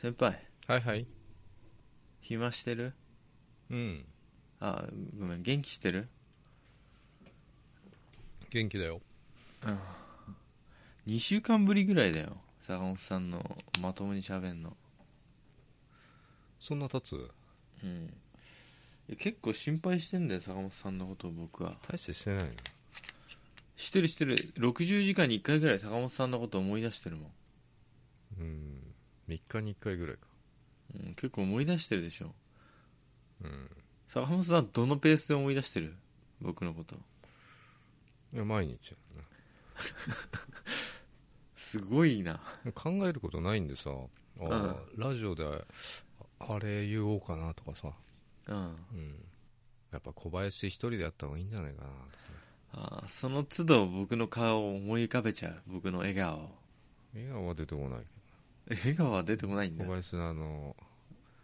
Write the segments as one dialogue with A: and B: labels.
A: 先輩
B: はいはい。
A: 暇してる
B: うん。
A: あごめん元気してる
B: 元気だよ。
A: 2週間ぶりぐらいだよ坂本さんのまともに喋んの
B: そんな立つ
A: うんいや結構心配してんだよ坂本さんのことを僕は
B: 大してしてないの
A: 知ってる知ってる60時間に1回ぐらい坂本さんのこと思い出してるも
B: うん。3日に1回ぐらいか。
A: ん、うん、結構思い出してるでしょ
B: うん。
A: 坂本さんどのペースで思い出してる僕のこと
B: いや、毎日やな。
A: すごいな
B: もう考えることないんでさ、あーラジオでああれ言おうかなとかさ、
A: うん
B: うん。やっぱ小林一人でやった方がいいんじゃないかなとか
A: あーその都度僕の顔を思い浮かべちゃう僕の笑顔を
B: 笑顔は出てこない
A: 笑顔は出てこないんだ
B: 小
A: よ、
B: 林のあの、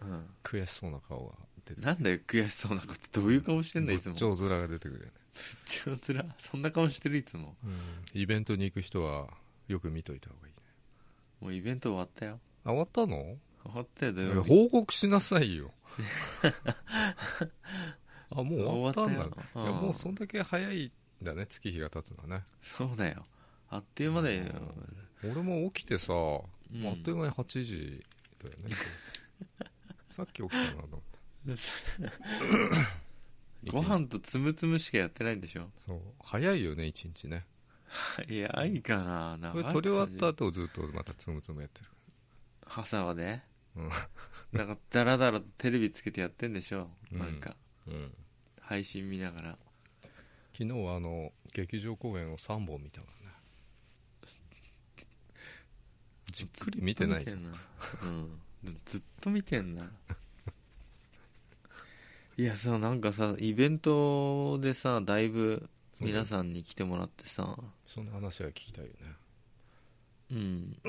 A: うん、
B: 悔しそうな顔が出てくる。
A: なんだよ悔しそうなことどういう顔してんだいつも
B: 超面が出てくるよね。
A: ちょうずらそんな顔してるいつも
B: イベントに行く人は、よく見といた方がいいね。
A: もうイベント終わったよ
B: あ、終わったの
A: 終わったよ土曜
B: いや
A: 日
B: 報告しなさ いよあもう終わったんだ
A: 終わったよ
B: いや
A: うん
B: もうそんだけ早いんだね月日が経つのはね
A: そうだよあっという間だよ、
B: 俺も起きてさ、
A: うん
B: あっという間に8時だよね さっき起きたなと思って
A: ご飯とつむつむしかやってないんでしょ
B: そう早いよね一日ね
A: いやいいかな長
B: こ
A: い
B: れ
A: 感じ
B: 撮り終わった後ずっとまたつむつむやってる
A: 朝はね、
B: うん
A: なんかダラダラとテレビつけてやってんでしょ、
B: うん
A: なんか配信見ながら
B: 昨日はあの劇場公演を3本見たからねじっくり見てない
A: ず
B: じ
A: っと見
B: ゃん
A: てんなうんでもずっと見てんな いやさなんかさイベントでさだいぶ皆さんに来てもらってさ
B: その話は聞きたいよね
A: うん。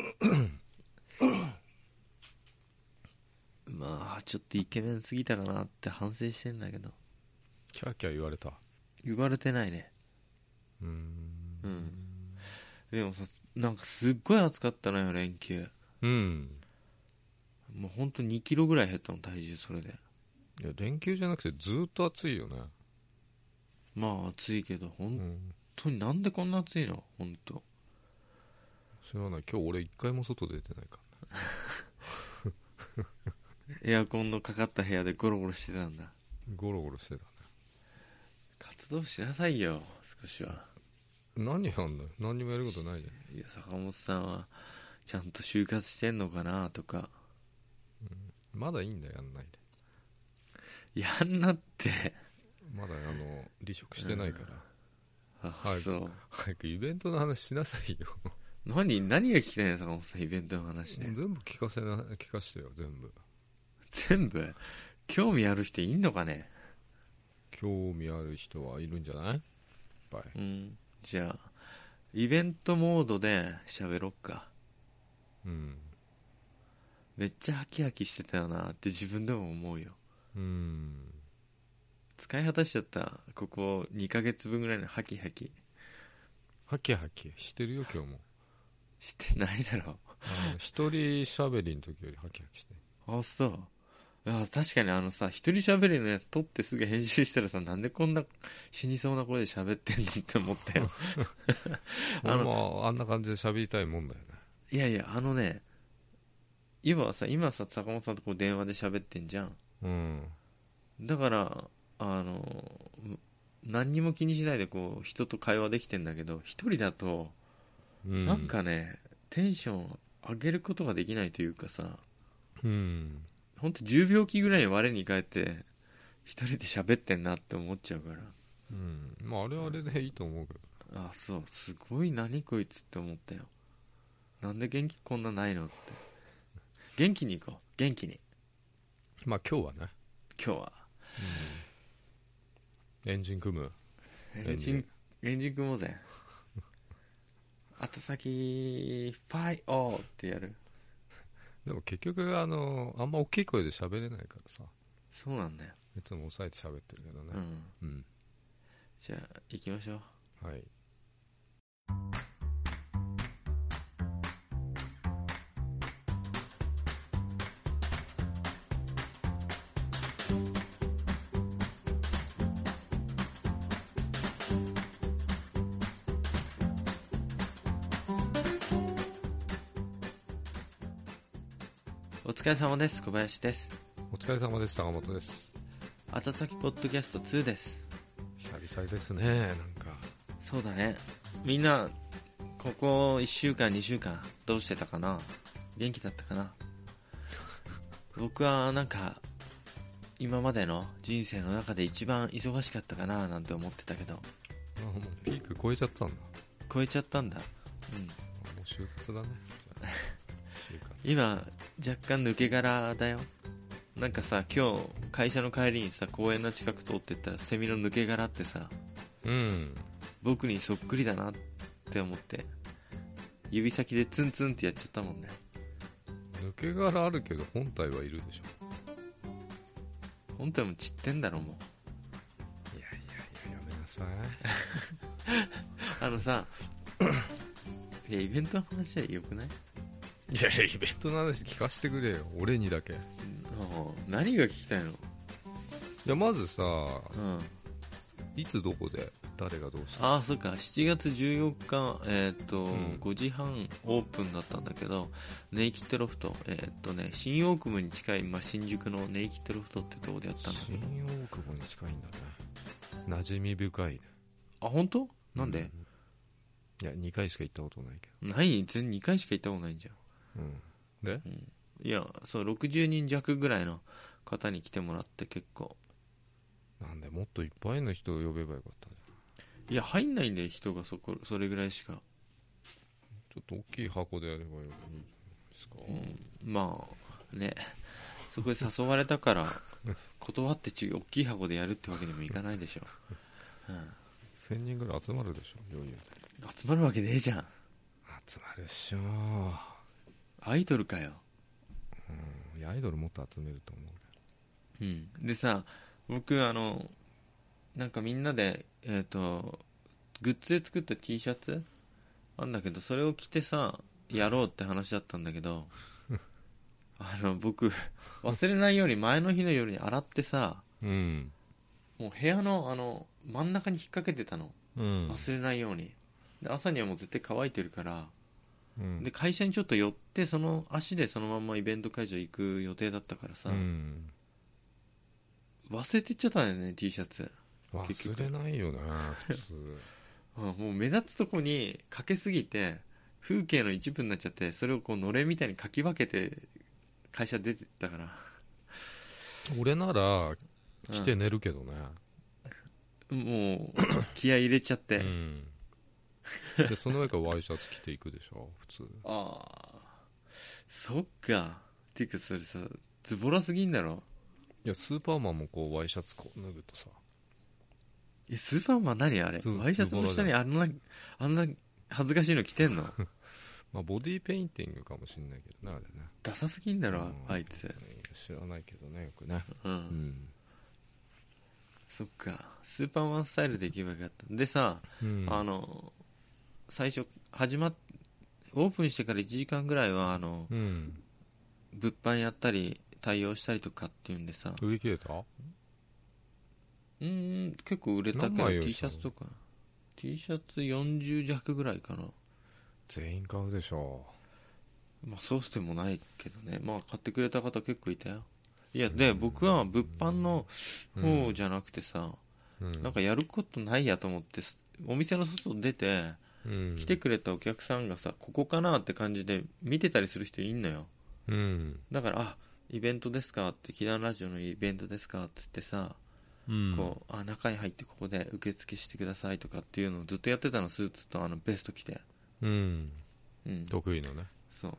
A: まあ、ちょっとイケメンすぎたかなって反省してんだけど。
B: キャーキャー言われた
A: 言われてないね。
B: うーん
A: うん。でもさ、なんかすっごい暑かったのよ、連休。
B: うん
A: もうほんと2キロぐらい減ったの、体重それで。
B: いや連休じゃなくてずーっと暑いよね
A: まあ暑いけど、
B: う
A: 本
B: ん
A: 当になんでこんな暑いの本当。
B: 知らない今日俺一回も外出てないか
A: エアコンのかかった部屋でゴロゴロしてたんだ。
B: らゴロゴロしてたね
A: 活動しなさいよ、少しは。
B: 何やんのよ何にもやることないじ
A: いや、坂本さんは、ちゃんと就活してんのかなとか。
B: ゃんまだいいんだよやんないで
A: やんなって。
B: まだあの離職してないから、
A: あ、
B: はい
A: そう
B: 早くイベントの話しなさいよ
A: 何何が聞きたいの坂本さんイベントの話ね
B: 全部聞かせな聞かしてよ全部
A: 全部興味ある人いんのかね
B: 興味ある人はいるんじゃないいっぱい
A: うんじゃあイベントモードで喋ろっか
B: うん
A: めっちゃハキハキしてたよなって自分でも思うよ
B: うん
A: 使い果たしちゃったここ2ヶ月分ぐらいのハキハキ
B: ハキハキしてるよ今日も
A: してないだろ
B: あの一人喋りの時よりハキハキして
A: あそうあ確かにあのさ一人喋りのやつ撮ってすぐ編集したらさなんでこんな死にそうな声で喋ってんのって思った よあ
B: あ
A: の
B: まあ、あんな感じで喋りたいもんだよね
A: いやいや、あのね、今はさ、今さ、坂本さんとこう電話で喋ってんじゃん。
B: うん
A: だから、あの、う何にも気にしないでこう、人と会話できてんだけど、一人だと、
B: うん
A: なんかね、テンション上げることができないというかさ、
B: うん
A: ほんと10秒期ぐらいに我に返って、一人で喋ってんなって思っちゃうから。
B: うんまああれはあれでいいと思うけど
A: あ、そう、すごい何こいつって思ったよ。なんで元気こんなないのって。元気に行こう。元気に。
B: まあ今日はね、
A: 今日は。
B: エンジン組む
A: エンジン、エンジン組もうぜ。後先、ファイオーってやる。
B: でも結局あのあんま大きい声で喋れないからさ
A: そうなんだよ。
B: いつも抑えて喋ってるけどね
A: うん。
B: うん、
A: じゃあ、行きましょう。
B: はい
A: お疲れ様です。小林です。
B: お疲れ様です、高本です。
A: あたたきポッドキャスト2です。
B: 久々ですね、なんか。
A: そうだね。みんな、ここ1週間、2週間、どうしてたかな元気だったかな僕はなんか、今までの人生の中で一番忙しかったかななんて思ってたけど、
B: あもうピーク超えちゃったんだ。
A: 超えちゃったんだ。うん。
B: あもう就 活だね。就活。
A: 今、若干抜け殻だよ。なんかさ、今日、会社の帰りにさ、公園の近く通ってったら、セミの抜け殻ってさ、
B: うん。
A: 僕にそっくりだなって思って、指先でツンツンってやっちゃったもんね。
B: 抜け殻あるけど本体はいるでしょ。
A: 本体も散ってんだろ、もう。
B: いやいやいや、やめなさい。
A: あのさ、いや、イベントの話は良くない、
B: いやいや、イベントの話聞かせてくれよ。俺にだけ。い
A: もう何が聞きたいの
B: や、まずさ、
A: うん。
B: いつどこで、誰がどうした
A: ああ、そっか、7月14日、えーっと、
B: ん
A: 5時半オープンだったんだけど、ネイキッドロフト、えーっとね、新大久保に近い、まあ、新宿のネイキッドロフトってとこでやったんだけ
B: 新
A: ど。
B: 大久保に近いんだね。馴染み深いね。
A: あ、本当なんで、
B: いや、2回しか行ったことないけ
A: ない全2回しか行ったことないんじゃん。
B: ど。うん。で
A: いや、そう、60人弱ぐらいの方に来てもらって結構。
B: なんでもっといっぱいの人を呼べばよかったじゃん
A: いや、入んないんだよ、人がそこ、それぐらいしか。
B: ちょっと大きい箱でやればよいいじゃないですか。
A: うん、まあ、ね、そこで誘われたから、断ってち、大きい箱でやるってわけにもいかないでしょ。うん。
B: 1000人ぐらい集まるでしょ、余裕で。
A: 集まるわけねえじゃん。
B: 集まるっしょ
A: アイドルかよ。
B: いや、アイドルもっと集めると思うけ
A: うん。でさ、僕、あの、なんかみんなで、えっ、と、グッズで作った T シャツあんだけど、それを着てさ、やろうって話だったんだけど、 あの、僕、忘れないように前の日の夜に洗ってさ、
B: ど。うん。
A: もう部屋の、あの、真ん中に引っ掛けてたの。
B: うん。
A: 忘れないように。で、朝にはもう絶対乾いてるから、
B: うん
A: で、会社にちょっと寄って、その足でそのままイベント会場行く予定だったからさ、
B: うん。
A: 忘れてっちゃったんだよね、T シャツ。結
B: 忘
A: 局
B: れないよね、普通。
A: うんもう目立つとこにかけすぎて、風景の一部になっちゃって、それをこう、のれんみたいにかき分けて、会社出てったから。
B: 俺なら、来て
A: うん
B: 寝るけどね。
A: もう、気合い入れちゃっ
B: う
A: て。
B: ん。 で、その上からワイシャツ着ていくでしょ、普通。
A: ああ。そっか。ていうか、それさ、ズボラすぎんだろ。
B: いや、スーパーマンもこう、ワイシャツこう脱ぐとさ、
A: え、スーパーマン何あれ
B: ズ
A: ワイシャツの下にあんな、あんな恥ずかしいの着てん の
B: まあ、ボディーペインティングかもしんないけどね、あれね。
A: ダサすぎんだろ、
B: うん
A: あいつ。
B: 知らないけどね、よくね。
A: う。
B: うんん。
A: そっか。スーパーマンスタイルで行けばよかった。でさ、
B: うん
A: あの、最初、始まっ、オープンしてから1時間ぐらいは、あの、
B: うん。
A: 物販やったり、対応したりとかっていうんでさ、
B: 売り切れた
A: うーん、結構売れたけ
B: 何枚
A: ど、
B: 用意
A: T
B: し
A: シ
B: た
A: ャ
B: の
A: ツとか、T シャツ40弱ぐらいかな。
B: 全員買うでしょ。
A: まあ、そうしてもないけどね。まあ、買ってくれた方結構いたよ。いや、で、僕は物販の方じゃなくてさ、
B: うん。
A: なんかやることないやと思って、すお店の外出て、
B: うん、
A: 来てくれたお客さんがさ、ここかなって感じで見てたりする人いんのよ。
B: うん。
A: だから、あ、イベントですかって、キランラジオのイベントですかって言ってさ、
B: うん
A: こう、あ、中に入ってここで受付してくださいとかっていうのをずっとやってたの、スーツとあのベスト着て。
B: うん。
A: うん。
B: 得意のね。
A: そう。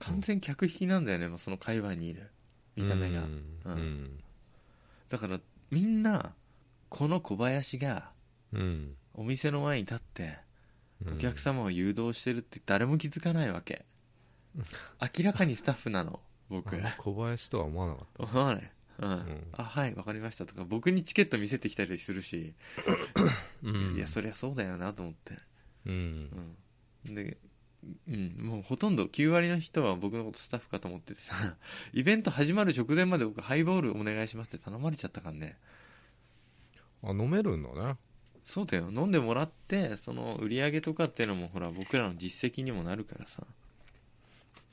A: 完全客引きなんだよね、もうその界隈にいる。見た目が。
B: うん。
A: う
B: うんん。
A: だから、みんな、この小林が、
B: うん。
A: お店の前に立って、
B: うん
A: お客様を誘導してるって誰も気づかないわけ。明らかにスタッフなの、僕。
B: あ小林とは思わなかっ
A: 思わない。うん。
B: ん
A: あ、はい、わかりましたとか、僕にチケット見せてきたりするし、
B: た。うん。
A: いや、そりゃそうだよなと思って。
B: うん。
A: うん。で、うん、もうほとんど9割の人は僕のことスタッフかと思っててさ、 イベント始まる直前まで僕ハイボールお願いしますって頼まれちゃったからね。
B: あ、飲めるんだね。
A: そうだよ。飲んでもらって、その売り上げとかっていうのもほら、僕らの実績にもなるからさ。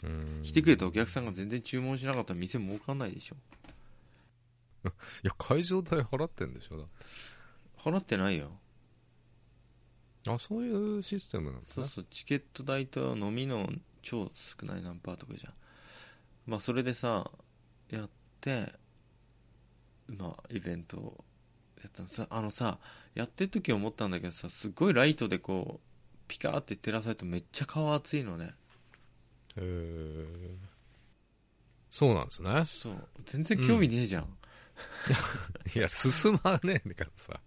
B: うん
A: 来てくれたお客さんが全然注文しなかったら店儲かんないでしょ
B: いや会場代払ってんでしょだって
A: 払ってないよ
B: あそういうシステムなんです
A: そう
B: ね
A: そうチケット代と飲みの超少ない何パーとかじゃんまあそれでさやってまあイベントをやったのさあのさやってる時思ったんだけどさすごいライトでこうピカーって照らされてめっちゃ顔熱いのね
B: へーそうなんで すね
A: そう全然興味ねえじゃん、
B: いや進まねえからさ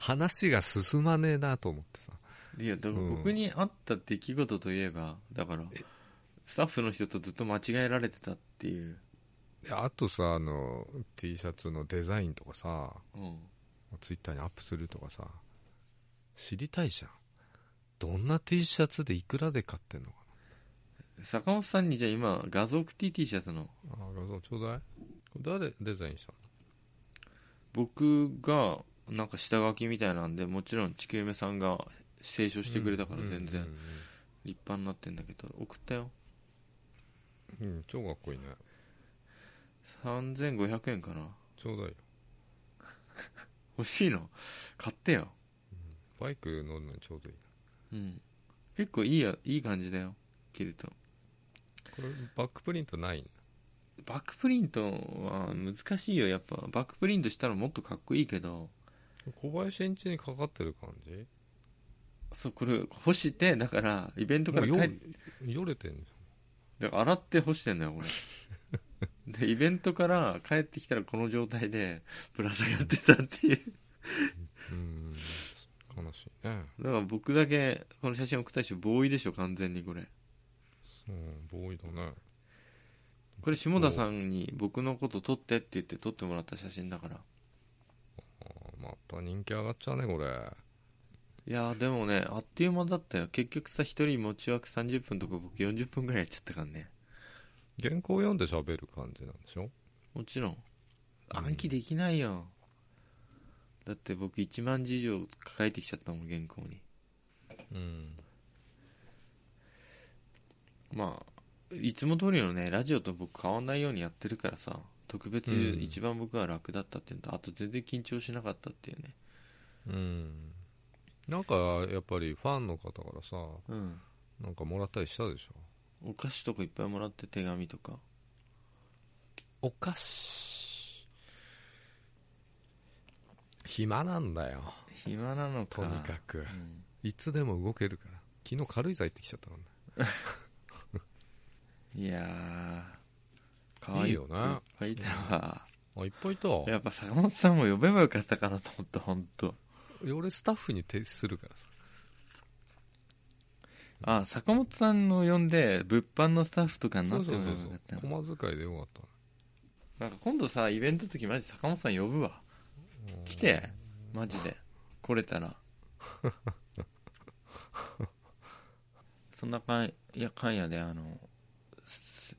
B: 話が進まねえなと思ってさ
A: いやだから
B: うん
A: 僕にあった出来事といえばだからスタッフの人とずっと間違えられてたっていう、
B: いやあとさあの T シャツのデザインとかさ
A: うん、
B: ツイッターにアップするとかさ知りたいじゃんどんな T シャツでいくらで買ってんのか
A: 坂本さんにじゃあ今画像送っていい T シャツの
B: なあ画像ちょうだいこれ誰デザインした
A: 僕がなんか下書きみたいなんでもちろん地球梅さんが清書
B: の
A: してくれたから全
B: うん
A: 然立派になってんだけど送ったよ
B: うんうんうん超かっこいいね
A: 3500円かな
B: ちょうだいよ
A: 欲しいの買ってよ
B: バイク乗るのにちょうどいい
A: うん結構いいやいい感じだよ着ると
B: これバックプリントないね
A: バックプリントは難しいよやっぱバックプリントしたらもっとかっこいいけど
B: 小林んちにかかってる感じ
A: そうこれ干してだからイベントから
B: もう
A: 帰っ
B: よよれてんじ
A: だから洗って干してんだよ、これ。で、イベントから帰ってきたらこの状態でぶら下がってたっていう。
B: ゃんうん悲しいね
A: だから僕だけこの写真送った人、ボーイでしょ、完全にこれ。
B: うんボーイだね
A: これ、下田さんに僕のこと撮ってって言って撮ってもらった写真だから。
B: あーまた人気上がっちゃうねこれ
A: いやー、でもね、あっという間だったよ。結局さ、一人持ち枠30分とか僕40分ぐらいやっちゃったからね。
B: 原稿読んで喋る感じなんでしょ
A: もちろん。暗記できないよ。だって僕1万字以上書いてきちゃったもん、原稿に。
B: うん
A: まあいつも通りのねラジオと僕変わんないようにやってるからさ特別
B: うん
A: 一番僕は楽だったっていうのと、あと全然緊張しなかったっていうね
B: うんなんかやっぱりファンの方からさ
A: うん
B: なんかもらったりしたでしょ
A: お菓子とかいっぱいもらって手紙とか
B: お菓子暇なんだよ
A: 暇なのか
B: とにかく
A: うん
B: いつでも動けるから昨日軽井沢行ってきちゃったからね
A: いやーかわい
B: いいよない
A: っぱいいたわ
B: あいっぱいいた
A: やっぱ坂本さんも呼べばよかったかなと思った本当
B: 俺スタッフに提出するからさ
A: あ坂本さんの呼んで物販のスタッフとかにな
B: そ
A: っ
B: う
A: て
B: そう
A: も
B: そ
A: よかったな
B: うそう駒遣いでよかったね
A: なんか今度さイベントの時マジ坂本さん呼ぶわ来てマジで来れたら そんなかんいやかんやであのす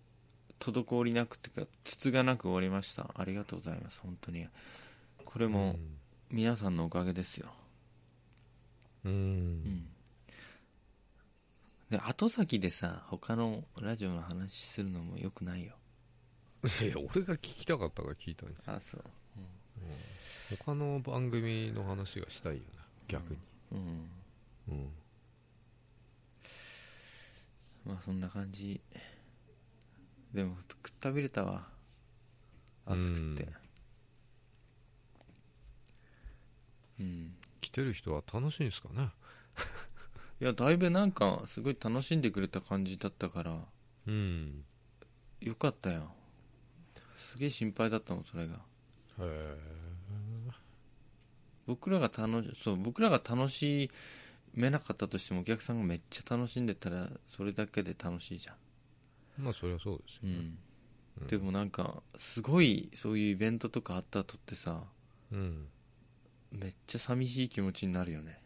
A: 滞りなくっていうか筒がなく終わりましたありがとうございます本当にこれ
B: で
A: も皆さんのおかげですよ、
B: うん、
A: うん、で後先でさ他のラジオの話するのもよくないよ
B: いや俺が聞きたかったから聞いたんじ
A: あそう
B: ゃん他の番組の話がしたいよね逆に
A: うん
B: うん
A: まあそんな感じでもくったびれたわ暑くてうん、
B: 来てる人は楽しいんですかね
A: いやだいぶなんかすごい楽しんでくれた感じだったから
B: うん
A: よかったよすげえ心配だったのそれが
B: へえ
A: 僕らが楽しそう僕らが楽しめなかったとしてもお客さんがめっちゃ楽しんでたらそれだけで楽しいじゃん
B: まあそりゃそうですよ、
A: うん、
B: うん
A: でもなんかすごいそういうイベントとかあった後ってさ
B: うん、
A: めっちゃ寂しい気持ちになるよね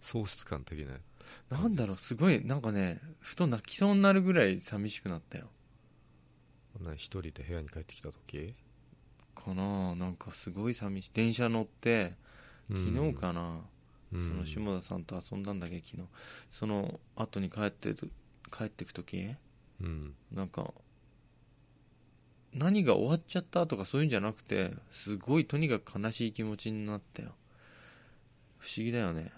B: 喪失感的な
A: なんだろうすごいなんかねふと泣きそうになるぐらい寂しくなったよ
B: な一人で部屋に帰ってきた時
A: かなあなんかすごい寂しい電車乗って昨日かな、そ
B: う
A: の
B: ん
A: 下田さんと遊んだんだけど昨日その後に帰ってる帰ってく時
B: うん
A: なんか何が終わっちゃったとかそういうんじゃなくてすごいとにかく悲しい気持ちになったよ不思議だよね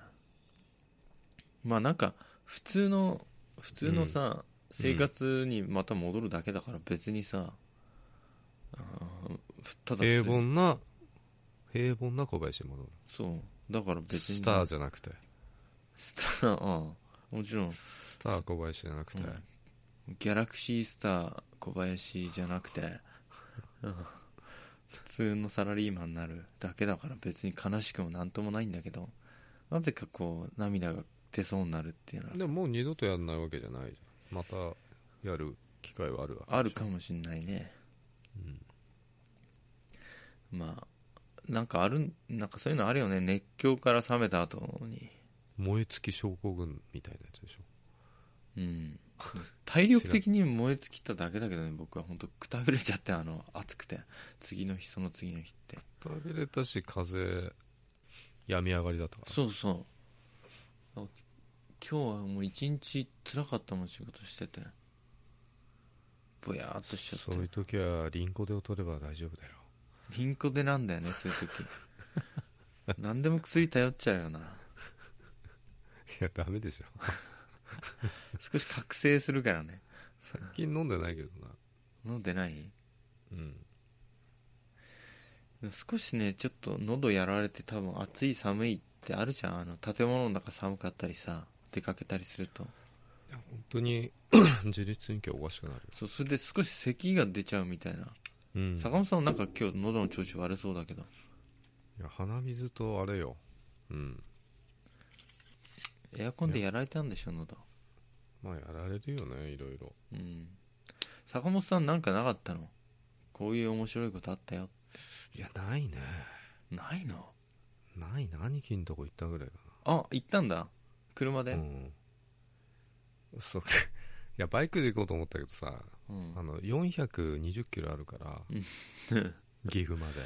A: まあなんか普通の普通のさ、生活にまた戻るだけだから別にさ、あーふただ
B: 平
A: 普通に
B: 凡な平凡な小林に戻る
A: そうだから別に
B: スターじゃなくて
A: スターああもちろん
B: スター小林じゃなくて、
A: ギャラクシースター小林じゃなくてうん普通のサラリーマンになるだけだから別に悲しくもなんともないんだけどなぜかこう涙が出そうになるっていうのは
B: でももう二度とやんないわけじゃないじゃんまたやる機会はあるわけでしょ
A: あるかもしんないねまあなんかあるんなんかそういうのあるよね熱狂から冷めた後に
B: 燃え尽き症候群みたいなやつでしょ
A: うん、体力的に燃え尽きただけだけどね僕は本当くたびれちゃってあの暑くて次の日その次の日って
B: 食べれたし風病み上がりだったから
A: そうそうあ今日はもう一日辛かったもん仕事しててぼやーっとしちゃって
B: そういう時はリンコでを取れば大丈夫だよ
A: リンコでなんだよねそういう 時何でも薬頼っちゃうよない
B: やダメでしょ
A: 少し覚醒するからね
B: 最近飲んでないけどな
A: 飲んでない
B: うん
A: 少しねちょっと喉やられて多分暑い寒いってあるじゃんあの建物の中寒かったりさ出かけたりすると
B: いや本当に 自律神経おかしくなるよ
A: そうそれで少し咳が出ちゃうみたいな、
B: うん
A: 坂本さんなんか今日喉の調子悪そうだけど
B: いや鼻水とあれようん
A: エアコンでやられたんでしょ喉
B: まあやられるよねいろいろ
A: うん坂本さんなんかなかったのこういう面白いことあったよ
B: いやないね
A: ないの
B: ないな兄貴のとこ行ったぐらいか
A: あ行ったんだ車で
B: なうんそう いやバイクで行こうと思ったけどさ
A: うん
B: あの420キロあるから
A: うん
B: 岐阜まで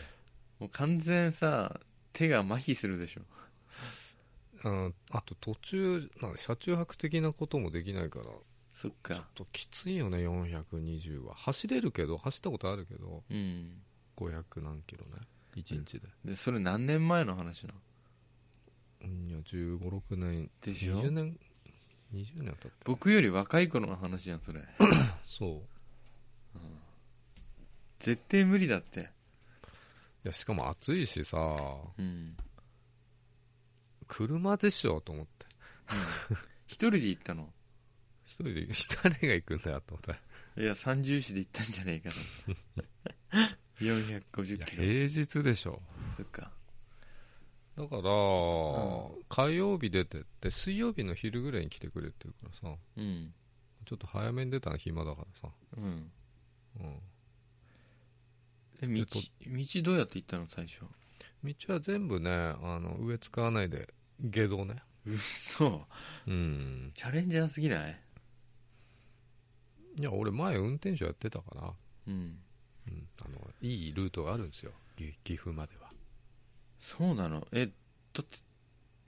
A: もう完全さ手が麻痺するでしょ
B: うんあと途中なんか車中泊的なこともできないから
A: そっ
B: ちょっ
A: か
B: ときついよね420は走れるけど走ったことあるけど
A: うん
B: 500何キロね1日で、
A: でそれ何年前の話なの
B: うん、いや1 5 6年
A: でしょ
B: 20年20年は経ってる
A: 僕より若い頃の話じゃんそれ
B: そう
A: 絶対無理だって
B: いやしかも暑いしさ
A: うん
B: 車でしょと思って
A: 一人で行ったの
B: 一人で誰が行くんだよと思った
A: いや三重市で行ったんじゃねえかと
B: いや
A: 450キロ
B: 平日でしょ
A: そっか
B: だから、火曜日出てって水曜日の昼ぐらいに来てくれって言うからさ
A: うん
B: ちょっと早めに出たの暇だからさ、
A: うん
B: うん、
A: え道
B: えっと
A: 道どうやって行ったの最初
B: 道は全部ねあの上使わないで下道ね
A: うっそ
B: うん
A: チャレンジャーすぎない
B: いや俺前運転手やってたから、
A: うん
B: うん、あのいいルートがあるんですよぎ岐阜までは
A: そうなのえだって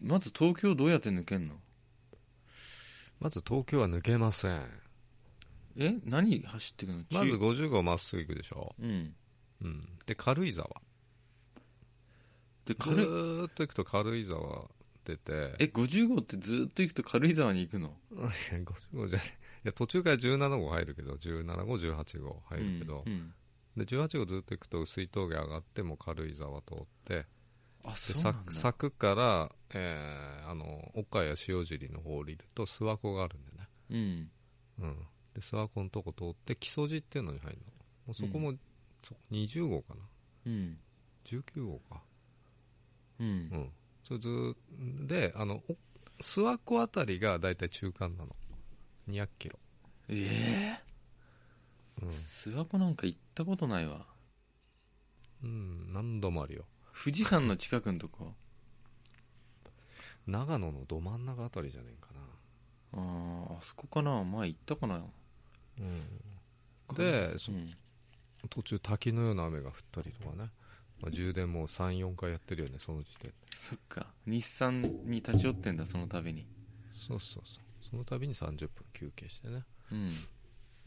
A: まず東京どうやって抜けんの
B: まず東京は抜けません
A: え何走ってくの
B: まず
A: 中
B: 50号まっすぐ行くでしょ、
A: うん
B: うん、で軽井沢
A: で
B: ず
A: 軽い
B: ーっと行くと軽井沢出て
A: え50号ってずっと行くと軽井沢に行くの
B: いや50号じゃないいや途中から17号入るけど17号18号入るけど、
A: うんうん
B: で18号ずっと行くと薄い峠上がってもう軽井沢通って
A: あ
B: で
A: そうなんだ
B: 柵柵から、えーあの岡谷塩尻の方降りると諏訪湖があるんだよね、
A: うん
B: うん、で諏訪湖のとこ通って木曽路っていうのに入るのもうそこも、そこ20号かな
A: うん
B: 19号か
A: う
B: うんんそれずーであのお諏訪湖あたりが大体中間なの200キロ、
A: え
B: うん
A: え諏訪湖なんか行ったことないわ
B: うん、何度もあるよ
A: 富士山の近くのとこ
B: 長野のど真ん中あたりじゃねえか
A: あーあそこかな前行ったかな
B: な、でそ
A: うん
B: 途中滝のような雨が降ったりとかね、まあ充電も34回やってるよねその時点
A: そっか日産に立ち寄ってんだその度に
B: そうそうそうその度に30分休憩してね
A: うん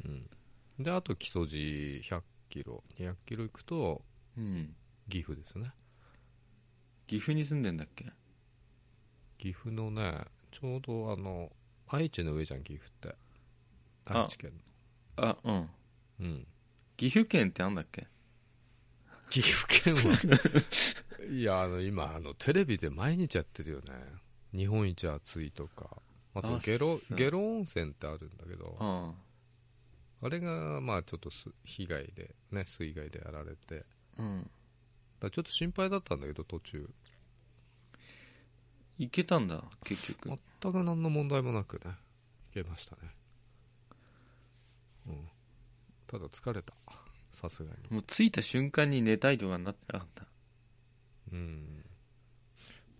B: うんであと木曽路100キロ200キロ行くと
A: うん
B: 岐阜ですね
A: 岐阜に住んでんだっけ
B: 岐阜のねちょうどあの愛知の上じゃん岐阜って
A: あ
B: 愛知県
A: あうん
B: のうん
A: 岐阜県ってあんだっけ
B: 岐阜 県はいやあの今あのテレビで毎日やってるよね日本一暑いとかあと
A: あ
B: 下呂
A: そう
B: 下呂温泉ってあるんだけどあ
A: あ
B: れがまあちょっとす被害でね水害でやられてだか
A: あうん
B: らちょっと心配だったんだけど途中
A: 行けたんだ結局
B: 全く何の問題もなくね行けましたねうんただ疲れたさすがに
A: もう着いた瞬間に寝たいとかになってなかった
B: うん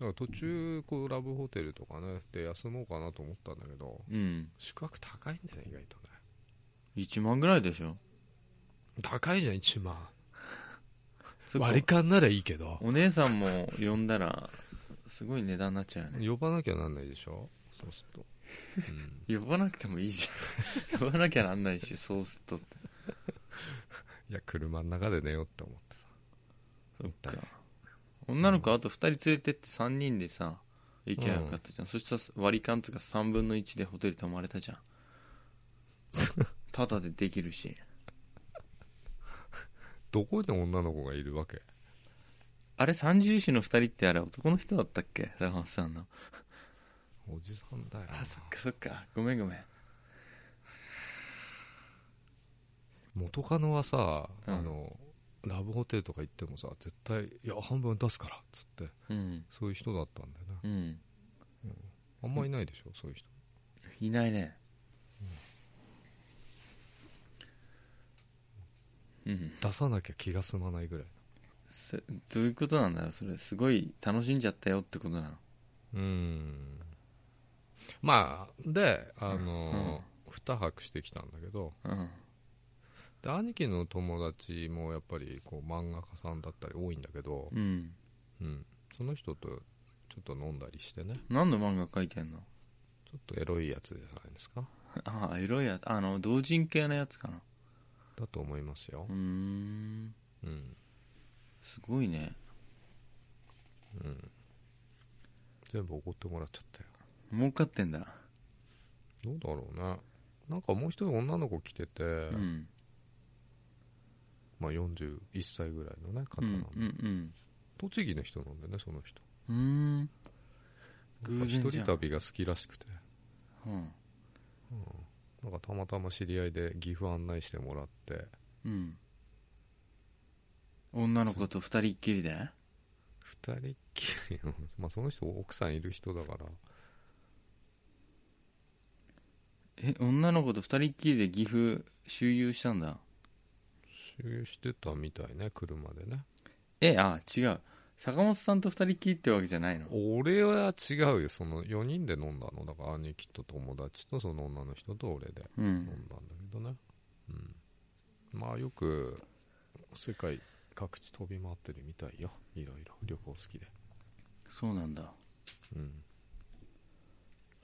B: だから途中こうラブホテルとかねで休もうかなと思ったんだけど
A: うん
B: 宿泊高いんだよね意外とね
A: 1万ぐらいでしょ
B: 高いじゃん1万
A: そっか
B: 割り勘ならいいけど
A: お姉さんも呼んだらすごい値段になっちゃうよね
B: 呼ばなきゃなんないでしょそうすると、うん
A: 呼ばなくてもいいじゃん呼ばなきゃなんないしそうするとって
B: いや車の中で寝ようって思ってさ
A: そっか女の子あと2人連れてって3人でさ行けばよかったじゃん、そしたら割り勘とか3分の1でホテル泊まれた じゃんタダでできるし
B: どこに女の子がいるわけ
A: あれ三重種の2人ってあれ男の人だったっけラハンさんの
B: おじさんだよ
A: あそっかそっかごめんごめん
B: 元カノはさ、
A: うん
B: あのラブホテルとか行ってもさ絶対「いや半分出すから」っつって
A: うん
B: そういう人だったんだよね
A: うん
B: あんまいないでしょ、そういう人
A: いないねうん
B: 出さなきゃ気が済まないぐらい
A: そどういうことなんだよそれすごい楽しんじゃったよってことなの
B: うんまあであの、2泊してきたんだけど
A: うん
B: で兄貴の友達もやっぱりこう漫画家さんだったり多いんだけど、
A: うん
B: うん、その人とちょっと飲んだりしてね
A: 何の漫画描いてんの
B: ちょっとエロいやつじゃないですか
A: ああエロいやあの同人系のやつかな
B: だと思いますよ
A: うー、ん
B: うん、
A: すごいね
B: 全部怒ってもらっちゃったよ
A: 儲かってんだ
B: どうだろうねなんかもう一人女の子来てて、
A: うん
B: まあ、41歳ぐらいのね方
A: うんう
B: なんで、
A: んうん
B: 栃木の人なんでねその人
A: うーん
B: やっぱ
A: 偶然じゃん
B: 一人旅が好きらしくて
A: うん
B: なんかたまたま知り合いで岐阜案内してもらって
A: うん女の子と二人っきりで
B: 二人っきりのまあその人奥さんいる人だから
A: え女の子と二人っきりで岐阜周遊したんだ
B: 周遊してたみたいね車でね
A: えあ違う坂本さんと二人っきりってわけじゃないの
B: 俺は違うよその4人で飲んだのだから兄貴と友達とその女の人と俺で
A: う
B: 飲んだ
A: ん
B: んだけどねうんまあよく世界各地飛び回ってるみたいよいろいろ旅行好きで
A: そうなんだ
B: うん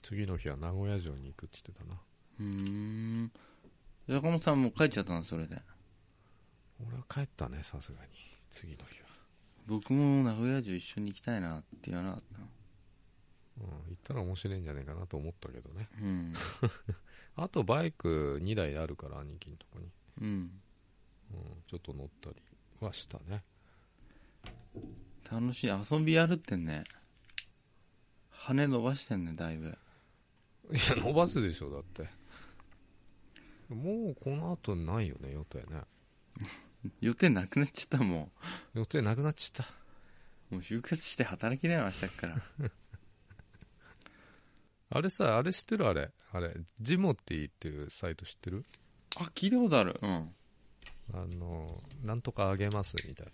B: 次の日は名古屋城に行くっつってたな
A: うーん坂本さんもう帰っちゃったのそれで
B: 俺は帰ったねさすがに次の日は
A: 僕も名古屋城一緒に行きたいなって言わなかったの
B: うん行ったら面白いんじゃないかなと思ったけどね
A: うん
B: あとバイク2台あるから兄貴のとこに、
A: うん
B: うん、ちょっと乗ったりはしたね
A: 楽しい遊びやるってんね羽伸ばしてんねだいぶ
B: いや伸ばすでしょだってもうこの後ないよね予定ね
A: 予定なくなっちゃったも
B: 予定なくなっちゃっ
A: んもう就活して働きなよ明日から
B: たあれさあれ知ってるあれあれジモティっていうサイト知ってる
A: あ聞いたことあるうん
B: あのなんとかあげますみたいな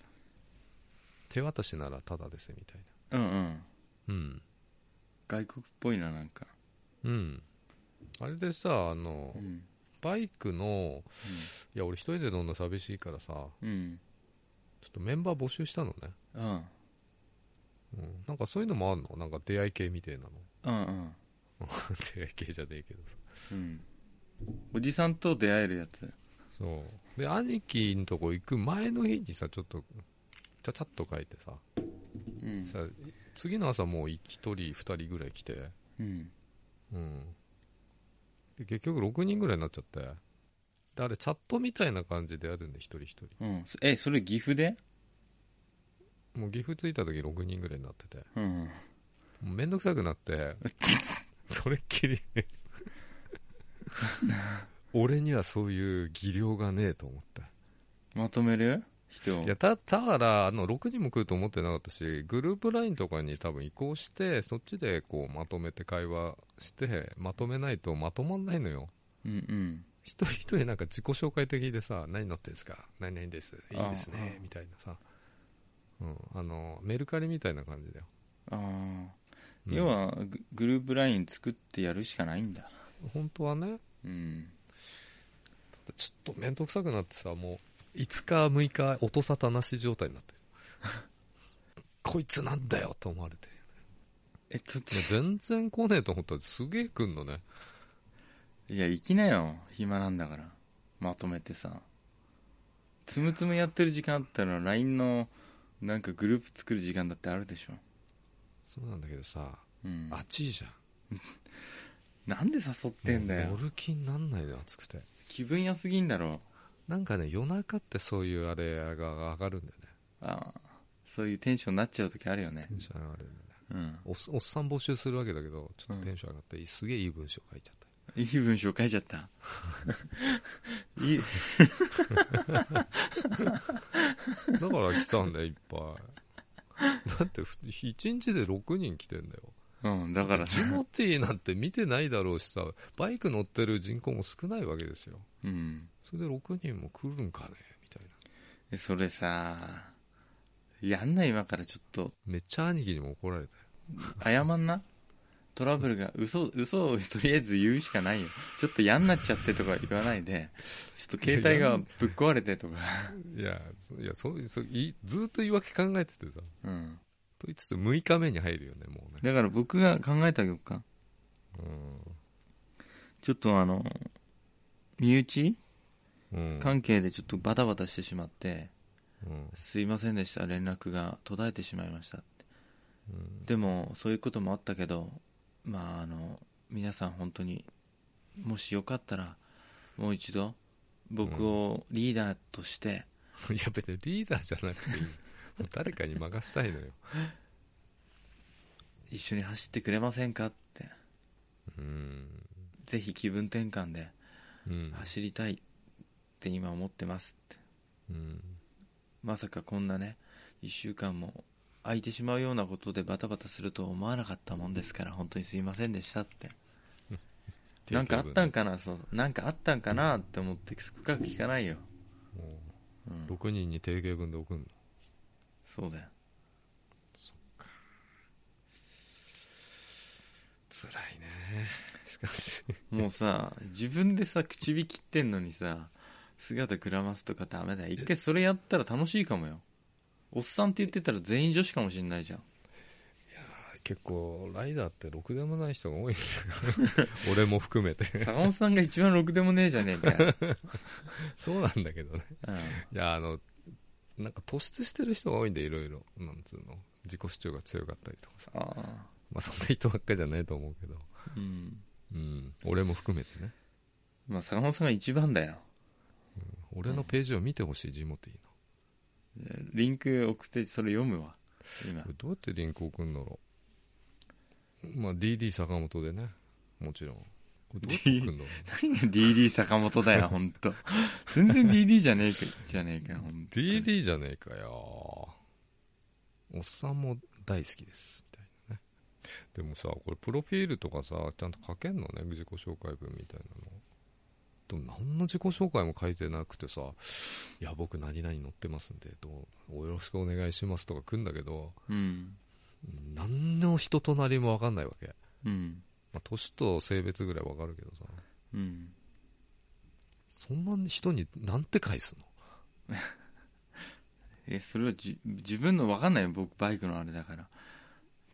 B: 手渡しならタダですみたい
A: うんうん
B: なうん
A: 外国っぽいななんか
B: うんあれでさあの
A: うん
B: バイクのいや俺一人で飲んだ寂しいからさ
A: うん
B: ちょっとメンバー募集したのね
A: うん
B: うん、なんかそういうのもあるのなんか出会い系みたいなの
A: うんうん
B: 出会い系じゃねえけどさ
A: うんおじさんと出会えるやつ
B: そうで兄貴のとこ行く前の日にさちょっとちゃちゃっと書いてさ,、
A: うん
B: さ次の朝もう一人二人ぐらい来て
A: うん
B: うんで結局6人ぐらいになっちゃってであれチャットみたいな感じであるんで一人一人
A: うんえそれ岐阜で
B: もう岐阜着いた時6人ぐらいになってて
A: うん
B: もうめんどくさくなって それっきりね俺にはそういう技量がねえと思った
A: まとめる人
B: いやただからあの6人も来ると思ってなかったしグループ LINE とかに多分移行してそっちでこうまとめて会話してまとめないとまとまんないのよ
A: うんうん
B: 一人一人なんか自己紹介的でさ何乗ってんですか何々ですいいです
A: あああ
B: ね
A: あ
B: みたいなさ、うん、あのメルカリみたいな感じだよ、
A: ああ
B: うん
A: 要はググループ LINE 作ってやるしかないんだ
B: 本当はね
A: うん
B: ちょっと面倒くさくなってさもう5日6日音沙汰なし状態になってる こいつなんだよと思われて
A: えちょっ
B: いや全然来ねえと思ったらすげえ来んのね
A: といや行きなよ暇なんだからまとめてさつむつむやってる時間あったら LINE のなんかグループ作る時間だってあるでしょ
B: そうなんだけどさ
A: うん
B: 暑いじゃ
A: なんで誘って
B: ん
A: んだ
B: もう
A: よ
B: 乗る気になんないの暑くて
A: 気分良すぎんだろ
B: なんかね夜中ってそういうあれが上がるんだよね
A: ああそういうテンションになっちゃう時あるよね
B: テンション上がるんだよね
A: うん
B: おっおっさん募集するわけだけどちょっとテンション上がって、すげえいい文章書いちゃった
A: いい文章書いちゃった いい
B: だから来たんだよいっぱいだってふ1日で6人来てんだよ
A: うんだから
B: ジ
A: さ
B: モティーなんて見てないだろうしさバイク乗ってる人口も少ないわけですよ
A: うん
B: それで6人も来るんかねみたいな
A: えそれさやんない今からちょっと
B: めっちゃ兄貴にも怒られた
A: 謝
B: よ
A: んなトラブルが嘘嘘をとりあえず言うしかないよちょっと嫌になっちゃってとか言わないでちょっと携帯がぶっ壊れてとか
B: いやそいやそうそういずっと言い訳考えててさ
A: うん
B: と言いつつ6日目に入るよねもうね
A: だから僕が考えてあげようかちょっとあの身内
B: うん、うん
A: 関係でちょっとバタバタしてしまって、
B: うん
A: すいませんでした連絡が途絶えてしまいましたって
B: うん
A: でもそういうこともあったけどまああの皆さん本当にもしよかったらもう一度僕をリーダーとして、
B: いや別にリーダーじゃなくていいもう誰かに任したいのよ、
A: 一緒に走ってくれませんかって
B: うん
A: ぜひ気分転換で
B: うん
A: 走りたいって今思ってますって
B: うん、
A: まさかこんなね1週間も空いてしまうようなことでバタバタするとは思わなかったもんですから本当にすいませんでしたってなんかあったんかなそうなんかあったんかなって思って深く聞かないよ、
B: も
A: うん
B: う6人に定型文で送るの
A: そうだよ
B: 辛いねしかし
A: もうさ自分でさ唇切ってんのにさ姿くらますとかダメだよ一回それやったら楽しいかもよおっさんって言ってたら全員女子かもしんないじゃん
B: 結構ライダーってろくでもない人が多いんだよ 俺も含めて
A: 坂本さんが一番ろくでもねえじゃねえかよ、
B: そうなんだけどね
A: う
B: いやあのなんか突出してる人が多いんでいろいろなんつうの自己主張が強かったりとかさ
A: ん、ああ
B: まあそんな人ばっかじゃないと思うけど
A: うん
B: うん俺も含めてね
A: まあ坂本さんが一番だよ
B: 俺のページを見てほしいジモティの
A: リンク送ってそれ読むわ 今
B: これどうやってリンク送るんだろうまあ DD 坂本でねもちろんこれどうやって送るんだろう
A: 何が DD 坂本だよ本当全然 DD じゃねえかじゃねえかよほんと
B: DD じゃねえかよおっさんも大好きですみたいなねでもさこれプロフィールとかさちゃんと書けんのね自己紹介文みたいなのでも何の自己紹介も書いてなくてさ「いや僕何々載ってますんでどうよろしくお願いします」とか来んだけど
A: うん
B: 何の人となりも分かんないわけ、
A: うん
B: まあ、年と性別ぐらい分かるけどさ
A: うん
B: そんな人になんて返すの
A: えそれはじ自分の分かんないよ僕バイクのあれだから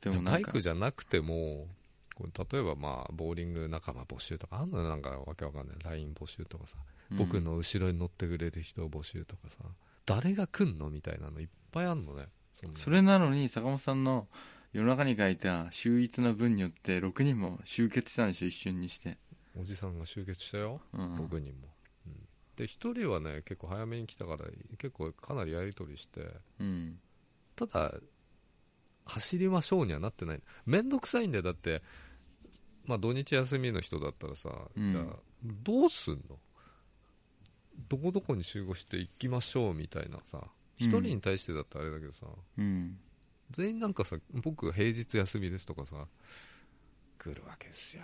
A: でもな
B: バ
A: ん
B: イ
A: か
B: クじゃなくてもこう例えばまあボーリング仲間募集とかあんのよなんかわけわかんない LINE 募集とかさ、僕の後ろに乗ってくれる人を募集とかさ誰が来んのみたいなのいっぱいあんのねそんな
A: それなのに坂本さんの世の中に書いた秀逸な文によって6人も集結したんでしょ一瞬にして、
B: おじさんが集結したよ、
A: うん
B: 6人も、うんで1人はね結構早めに来たから結構かなりやり取りして
A: うん、
B: ただ走りましょうにはなってないめんどくさいんだよだって、まあ、土日休みの人だったらさ、
A: うん
B: じゃあどうすんのどこどこに集合して行きましょうみたいなさ1人に対してだったらあれだけどさ、
A: うん、
B: 全員なんかさ僕平日休みですとかさ来るわけですよ、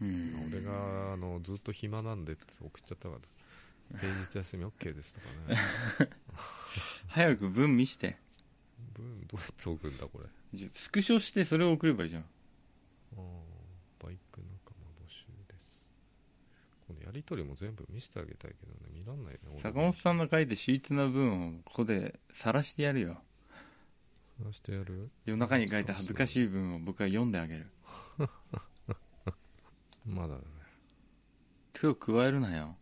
A: うん、
B: 俺があのずっと暇なんでって送っちゃったから平日休み OK ですとか ね
A: 早く文見して
B: うんどうやって送るんだこれ
A: じゃスクショしてそれを送ればいいじゃん
B: あーバイク仲間募集ですこのやり取りも全部見せてあげたいけどね見らんないね俺
A: 坂本さんの書いた秀逸な文をここで晒してやるよ
B: 話してやる
A: 夜中に書いた恥ずかしい文を僕は読んであげる
B: まだだね
A: 手を加えるなよ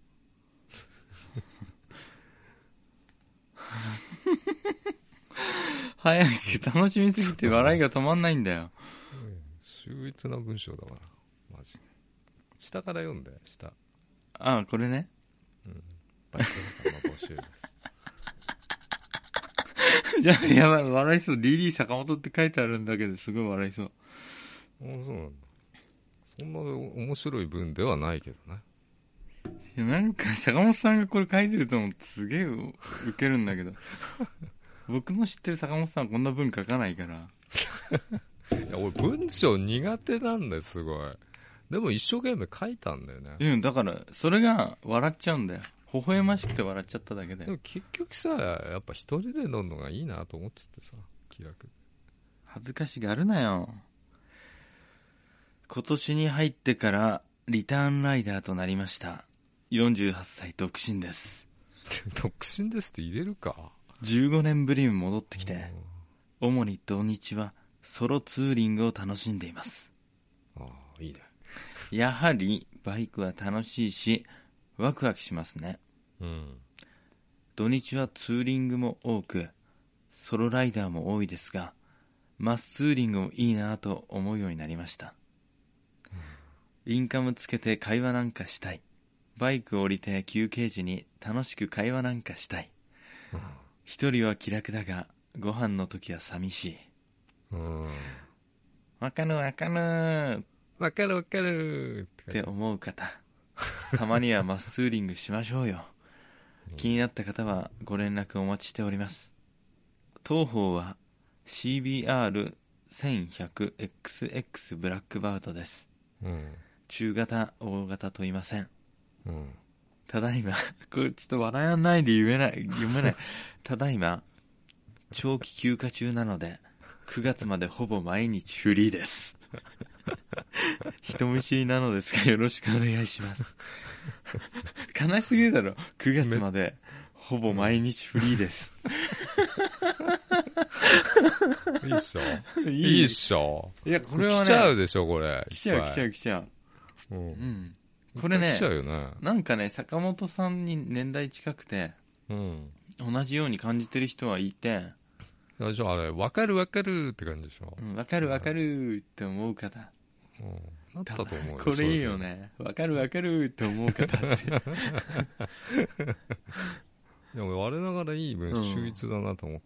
A: 早く楽しみすぎて笑いが止まんないんだよ
B: 秀逸な文章だからマジで下から読んで下
A: ああこれね
B: バイク仲間募集 です
A: じゃあやばい笑いそう DD 坂本って書いてあるんだけどすごい笑いそう
B: あーそうなんだそんな面白い文ではないけどね
A: いやなんか坂本さんがこれ書いてると思ってすげえウケるんだけど僕の知ってる坂本さんはこんな文書かないから
B: いや俺文章苦手なんだよすごいでも一生懸命書いたんだよね
A: うんだからそれが笑っちゃうんだよ微笑ましくて笑っちゃっただけで
B: でも結局さやっぱ一人で飲むのがいいなと思っちゃってさ気楽
A: 恥ずかしがるなよ今年に入ってからリターンライダーとなりました48歳独身です
B: 独身ですって入れるか
A: 15年ぶりに戻ってき
B: うん
A: て主に土日はソロツーリングを楽しんでいます
B: ああいいね
A: やはりバイクは楽しいしワクワクしますね
B: うん
A: 土日はツーリングも多くソロライダーも多いですがマスツーリングもいいなぁと思うようになりましたインカムつけて会話なんかしたいバイクを降りて休憩時に楽しく会話なんかしたい一人は気楽だがご飯の時は寂しい
B: うん
A: わかるわかる
B: わかるわかる
A: っ
B: っ
A: てて思う方たまにはマスツーリングしましょうよ気になった方はご連絡お待ちしております当方は CBR1100XX ブラックバードです
B: うん
A: 中型大型問いません
B: うん
A: ただいま これちょっと笑わないで言えない読めない ただいま長期休暇中なので9月までほぼ毎日フリーです 人見知りなのですがよろしくお願いします 悲しすぎるだろ9月までほぼ毎日フリーです
B: いい っしょ
A: い
B: いいっしょ
A: いやこれはね
B: 来ちゃうでしょこれ
A: 来ちゃう
B: いっぱい
A: 来ちゃう来ちゃう
B: うん
A: うんこれ
B: いっぱ
A: ね
B: い来ちゃうよね
A: なんかね坂本さんに年代近くて
B: うん
A: 同じように感じてる人はいて、
B: あじゃああれわかるわかるって感じでしょ
A: うん、わかるわかるって思う方。
B: うんなったと思う
A: これいいよ
B: ね
A: ね。わかるわかるって思う方って。
B: でも我ながらいい文、
A: うん
B: 秀逸だなと思っ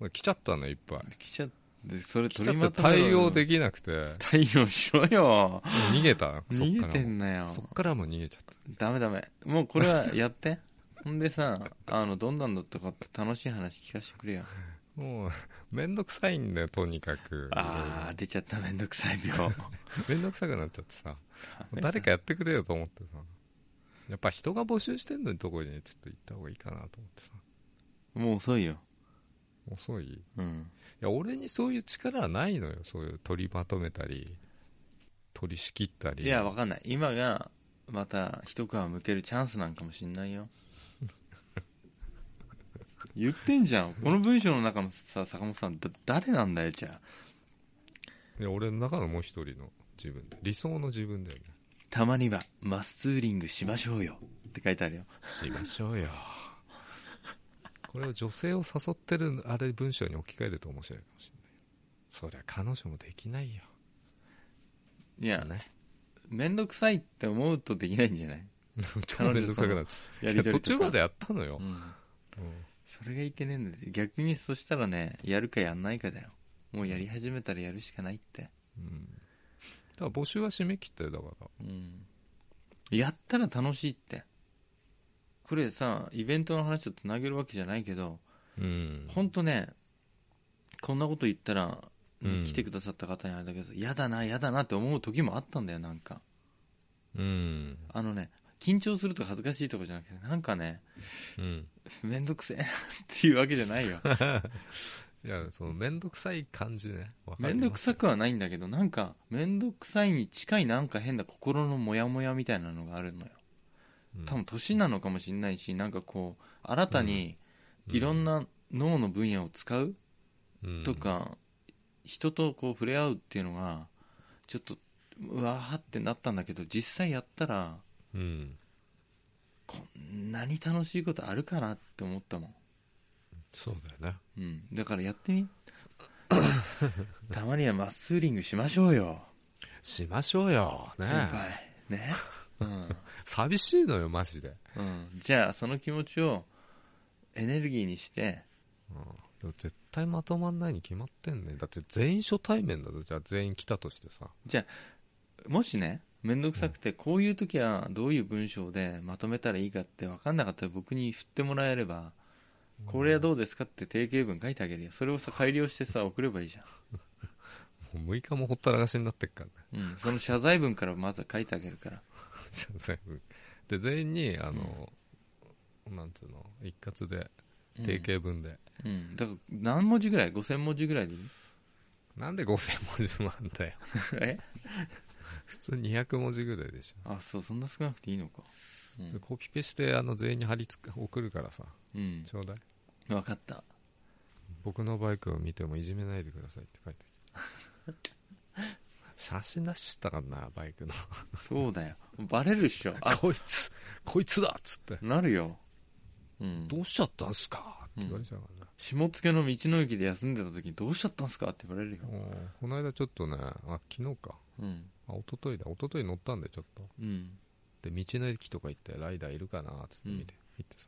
B: た。来ちゃったね、いっぱい。
A: 来ちゃって、それ
B: 来ちゃ
A: 取り
B: っ
A: まと
B: て
A: めろ
B: 対
A: よ
B: 応できなくて、
A: 対応しろよ。
B: 逃 げた。 そ
A: 逃
B: っ
A: げ
B: か
A: て
B: ら
A: ん
B: も。
A: なよ。
B: そっからも逃げちゃっ
A: ダメダメ。もうこれはやって。 ほんでさ、あの、どんなんだったかって楽しい話聞かせてく れよ。
B: た。もう、めんどくさいんだよ、とにかく。
A: あー、出ちゃっためんどくさい病。
B: めんどくさくなっちゃってさ。 誰かやってくれよと思ってさ。やっぱ人が募集してんのにとこにちょっと行った方がいいかなと思ってさ。
A: もう遅いよ。
B: 遅いい
A: うん。
B: や、俺にそういう力はないのよ。そういう取りまとめたり、取り仕切ったり。
A: いや、わかんない。今が、また、一皮むけるチャンスなんかもしんないよ。 言ってんじゃんこの文章の中のさ坂本さんだ誰なんだよじゃあ
B: いや俺の中のもう一人の自分理想の自分だよね
A: たまにはマスツーリングしましょうよって書いてあるよ
B: しましょうよこれを女性を誘ってるあれ文章に置き換えると面白いかもしれないそりゃ彼女もできないよ
A: いや
B: ね
A: 面倒くさいって思うとできないんじゃない、
B: 超めんどくさくなっちゃ
A: や
B: っ
A: りとり
B: た
A: とか
B: 途中までやったのよ
A: う、ん、
B: うん
A: それがいけねえんだよ逆にそしたらねやるかやんないかだよもうやり始めたらやるしかないって
B: うんだから募集は締め切ったよだから
A: うんやったら楽しいってこれさイベントの話とつなげるわけじゃないけど
B: うん
A: ほんとねこんなこと言ったら、ね
B: うん
A: 来てくださった方にあれだけどやだなやだなって思う時もあったんだよなんか
B: うん
A: あのね緊張するとか恥ずかしいとかじゃなくてなんかね
B: うん
A: めんどくせえなっていうわけじゃ ないよ
B: いやその面倒くさい感じねわか
A: め
B: ります
A: んどくさくはないんだけどなんかめんどくさいに近いなんか変な心のモヤモヤみたいなのがあるのよ
B: うん
A: 多分年なのかもしれないしなんかこう新たに
B: うん
A: いろんな脳の分野を使う
B: うん
A: とか、人とこう触れ合うっていうのがちょっとうわーってなったんだけど実際やったら
B: うん
A: こんなに楽しいことあるかなって思ったもん
B: そうだよね
A: うん、だからやってみ たまにはマッスーリングしましょうよ、
B: しましょうよね
A: 先輩ね、うん
B: 寂しいのよマジで
A: うん、じゃあその気持ちをエネルギーにして
B: でも絶対まとまんないに決まってんねだって全員初対面だぞじゃあ全員来たとしてさ
A: もしね面倒くさくてこういう時はどういう文章でまとめたらいいかって分かんなかったら僕に振ってもらえればこれはどうですかって定型文書いてあげるよそれをさ改良してさ送ればいいじ
B: もう6日もほったらかしになってっからね
A: ゃん、うん、その謝罪文からまずは書いてあげるから
B: 謝罪文で全員にあの、なんつうの一括で
A: うん
B: 定型文で、
A: うん、だから何文字ぐらい5000文字ぐらいでい い
B: なんで5000文字もあんだよ
A: え
B: 普通200文字ぐらいでしょ、
A: あそうそんな少なくていいのかう
B: それ
A: ん、
B: コピペしてあの全員に貼り付け送るからさ
A: うん
B: ちょうだい
A: 分かった
B: 僕のバイクを見てもいじめないでくださいって書いて ある写真出したからなバイクの
A: そうだよバレるっしょあ
B: こいつこいつだっつって
A: なるよ、うん、
B: どうしちゃったんすかって言われちゃうからね、
A: 下野の道の駅で休んでた時どうしちゃったんすかって言われるよ
B: うんこの間ちょっとねあ昨日か
A: うん
B: あ一昨日だ一昨日乗ったんでちょっと
A: うん
B: で道の駅とか行ってライダーいるかなっつって見て、行ってさ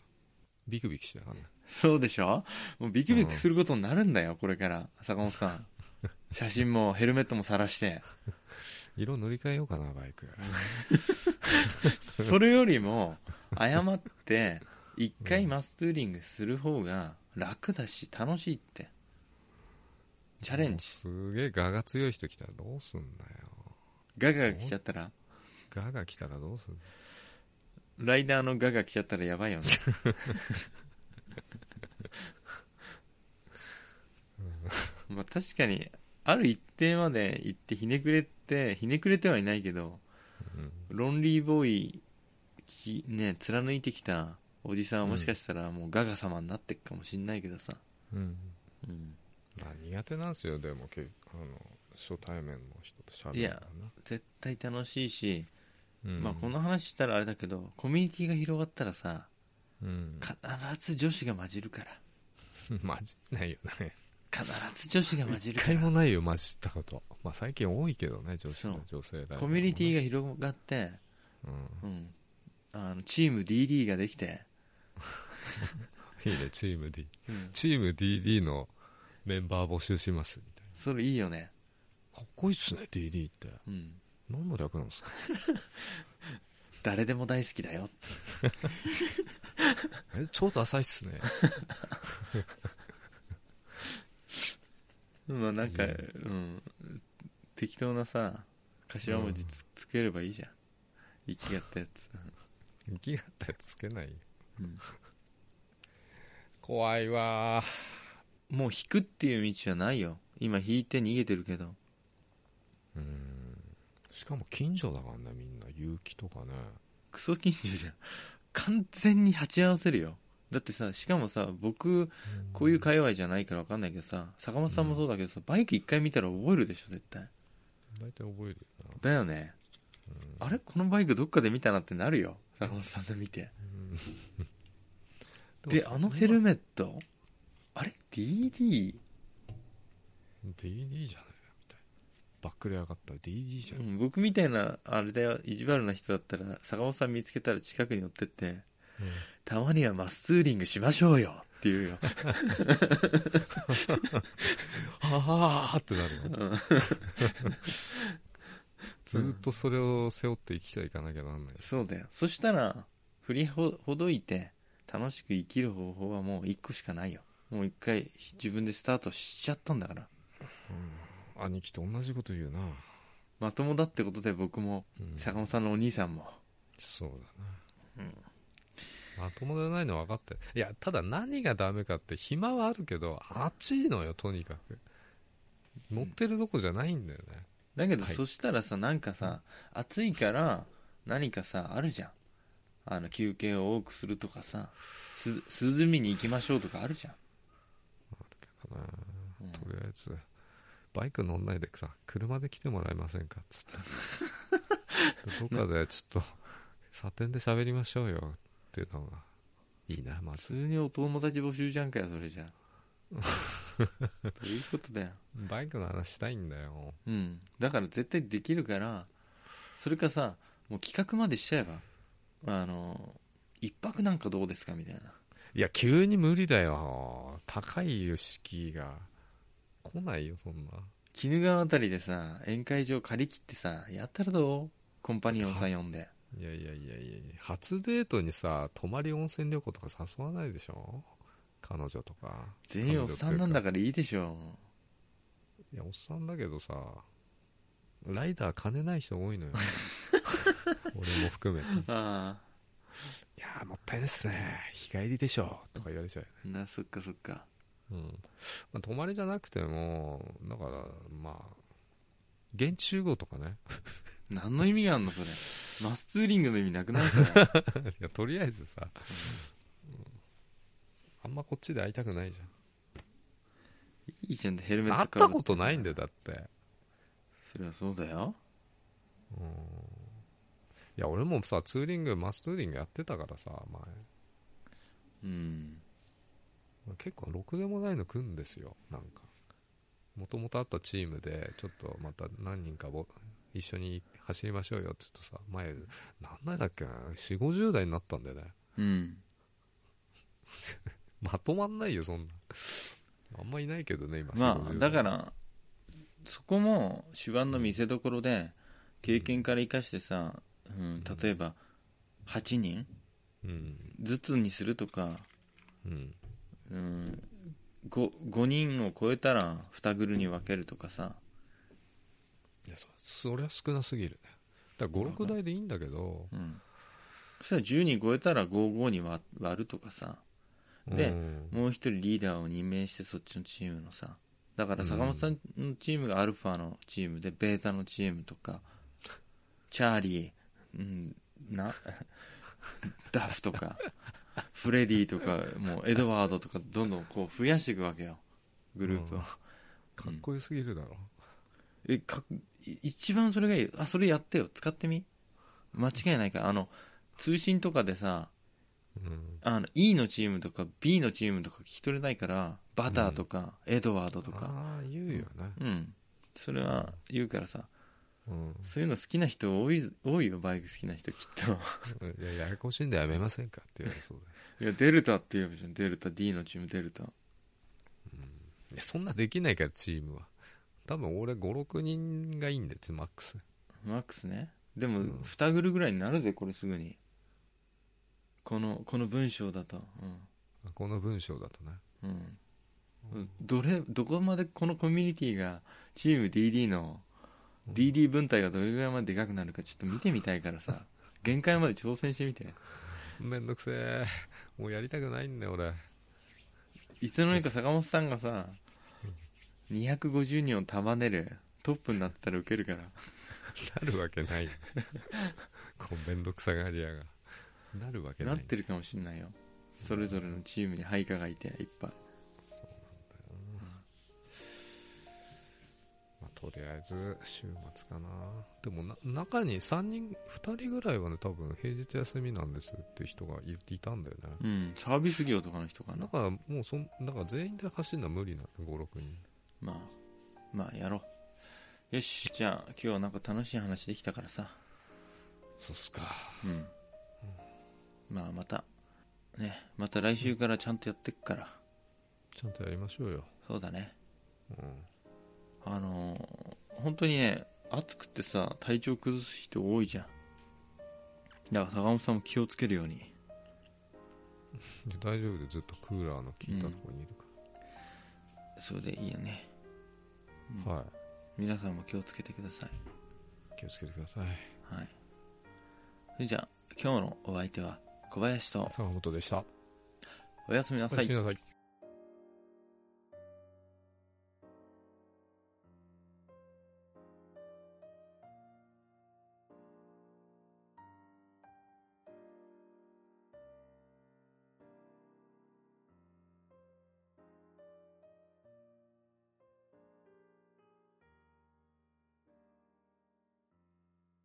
B: ビクビクしてあんね
A: そうでしょもうビクビクすることになるんだよ、これから坂本さ ん写真もヘルメットも晒 して
B: 色塗り替えようかなバイク
A: それよりも謝って一回マスツーリングする方が楽だし楽しいってチャレン
B: もう
A: ジ
B: すげえガが強い人来たらどうすんだよ
A: ガガが来ちゃったら
B: ガが来たらどうすんの
A: ライダーのガが来ちゃったらやばいよね。まあ確かに、ある一定まで行ってひねくれて、ひねくれてはいないけど、
B: うん
A: ロンリーボーイ、きね、貫いてきたおじさんはもしかしたらもうガガ様になってくかもしんないけどさ。
B: うん
A: うん
B: まあ苦手なんですよでもけあの初対面の人と喋
A: い
B: るの
A: や
B: かな
A: 絶対楽しいし、
B: うん
A: まあこの話したらあれだけど、コミュニティが広がったらさ、
B: うん
A: 必ず女子が混じるから。
B: マジないよね
A: 必ず女子が混じ
B: 一
A: るか
B: 回
A: ら
B: も。ないよマジったことまあ最近多いけどね女子
A: そう
B: の女性ライダー
A: コミュニティ
B: が、
A: が広がって、
B: うん
A: うん、あのチーム DD ができて、
B: いいねチーム D
A: うん
B: チーム DD のメンバー募集しますみたいな
A: それいいよね、
B: かっこいいっすね DD って
A: うん、
B: 何の略なんですか
A: 誰でも大好きだよって
B: え超ダサいっすね
A: まあなんか、
B: いいね
A: うん、適当なさ頭文字つ,、ければいいじゃん生きがったやつ
B: 生きがったやつつけないよ、
A: うん
B: 怖いわ
A: もう引くっていう道はないよ今引いて逃げてるけど
B: ーうんしかも近所だからねみんな結城とかね
A: クソ近所じゃん完全に鉢合わせるよだってさしかもさ僕こういう界隈じゃないから分かんないけどさ坂本さんもそうだけどさ、バイク一回見たら覚えるでしょ絶対
B: 大体覚えるよな
A: だよね、あれこのバイクどっかで見たなってなるよ坂本さんの見てであのヘルメ
B: メ
A: ットあれ DD、
B: DD じゃないみたいなバックレ上がったら DD じ
A: う
B: ゃない、
A: ん、僕みたいなあれだよ意地悪な人だったら坂本さん見つけたら近くに寄ってって
B: うん
A: たまにはマスツーリングしましょうよっていう よ、
B: はあってなるよ
A: うん
B: ずーっとそれを背負って生きていかなきゃなんない
A: そうだよそしたら振りほほどいて楽しく生きる方法はもう一個しかないよもう一回自分でスタートしちゃったんだから
B: 兄貴と同じこと言うな、
A: まともだってことで僕も
B: うん
A: 坂本さんのお兄さんも
B: そうだな、まともでないの分かってるいやただ何がダメかって暇はあるけど暑いのよとにかく乗ってるとこじゃないんだよね、
A: だけど、
B: はい
A: そしたらさなんかさ暑いから何かさあるじゃんあの休憩を多くするとかさす涼みに行きましょうとかあるじゃん
B: かな
A: うん
B: とりあえずバイク乗んないでさ車で来てもらえませんかっつってでどっかでちょっとサテンで喋りましょうよっていうのがいいなま
A: 普通
B: ず
A: にお友達募集じゃんかよそれ じゃどういうことだよ
B: バイクの話したいんだよ
A: うんだから絶対できるからそれかさもう企画までしちゃえばあの一泊なんかどうですかみたいない
B: や急に無理だよ高いよ敷居が来ないよそんな
A: 鬼怒川あたりでさ宴会場借り切ってさやったらどうコンパニオンさん呼んで
B: いやいやいやいやいや初デートにさ泊まり温泉旅行とか誘わないでしょ彼女とか
A: 全員おっさんなんだ
B: 彼女って
A: からいいで
B: いうか
A: しょ
B: いやおっさんだけどさライダー金ない人多いの よ俺も含めてい
A: あ
B: やーもったいないっすね日帰りでしょとか言われちゃうよね
A: あなそっかそっか
B: うん、まあ、泊まりじゃなくてもだからまあ現地集合とかね
A: 何の意味があんのそれマスツーリングの意味なくないそ れ
B: いやとりあえずさ、うんあんまこっちで会いたくないじ
A: いいじゃんヘル
B: ゃ
A: メ
B: ん
A: ッ
B: 会っ
A: ト
B: たことないんだよだって
A: それはそうだよ
B: うんいや俺もさツーリングマスツーリングやってたからさ前
A: うん
B: 結構ろくでもないの組んですよなんかもともとあったチームでちょっとまた何人かぼ一緒に走りましょうよって言うとさ前何代だっけな4 5 0代になったんだよね
A: うん
B: まとまんないよそんなあんまいないけどね今
A: まあ
B: 40
A: だからそこも手腕の見せどころで経験から生かしてさ、うん、例えば8人
B: うん
A: ずつにするとか、
B: うん
A: うん、5, 5人を超えたら2グルに分けるとかさ
B: いやそそれは少なすぎるねだから56台でいいんだけど
A: うん、そしたら10人超えたら55に割割るとかさで
B: うん
A: もう1人リーダーを任命してそっちのチームのさだから坂本さんのチームがアルファのチームでベータのチームとかチャーリー、うん、な ダフとかフレディとかもうエドワードとかどんどんこう増やしていくわけよグループを、
B: かっこよすぎるだろ、
A: えかい一番それがいいあそれやってよ使ってみ間違いないからあの通信とかでさ
B: うん
A: あの E のチームとか B のチームとか聞き取れないからバターとかエドワードとか
B: ああ言うよね、
A: うん、それは言うからさ
B: うん、
A: そういうの好きな人多い多いよバイク好きな人きっ と
B: いやややこしいんでやめませんかって言われそうだ
A: いやデルタって言えばいいじゃんデルタ D のチームデルタ
B: いやそんなできないからチームは多分俺56人がいいんだよちょっとマックス
A: マックスねでも
B: うん
A: 2グルぐらいになるぜこれすぐにこのこの文章だと
B: この文章だとね
A: うんうんどれどこまでこのコミュニティがチーム DD の DD 分隊がどれぐらいまででかくなるかちょっと見てみたいからさ限界まで挑戦してみて
B: めんどくせえもうやりたくないんだよ俺
A: いつの間にか坂本さんがさ250人を束ねるトップになってたらウケるから
B: なるわけないこうめんどくさがり屋がなるわけな
A: ないってるかもしんないよそれぞれのチームに配下がいていっぱい
B: まあ、とりあえず週末かなでもな中に3人2人ぐらいはね多分平日休みなんですって人がいいたんだよね、
A: うんサービス業とかの人か
B: だ
A: な
B: からもうそんだから全員で走るのは無理なの56人
A: まあまあやろうよしじゃあ今日はなんか楽しい話できたからさ
B: そうっすか
A: うんまあまたねまた来週からちゃんとやってっから
B: ちゃんとやりましょうよ
A: そうだね
B: うん
A: あのー本当にね暑くてさ体調崩す人多いじゃんだから坂本さんも気をつけるように
B: で大丈夫でずっとクーラーの効いたところにいるか
A: それでいいよねうん
B: ら、はい
A: 皆さんも気をつけてください
B: 気をつけてください
A: はい。それじゃあ、今日のお相手は小林と
B: 坂本でした
A: おやすみな
B: お
A: さ
B: や
A: い
B: すみ。なさい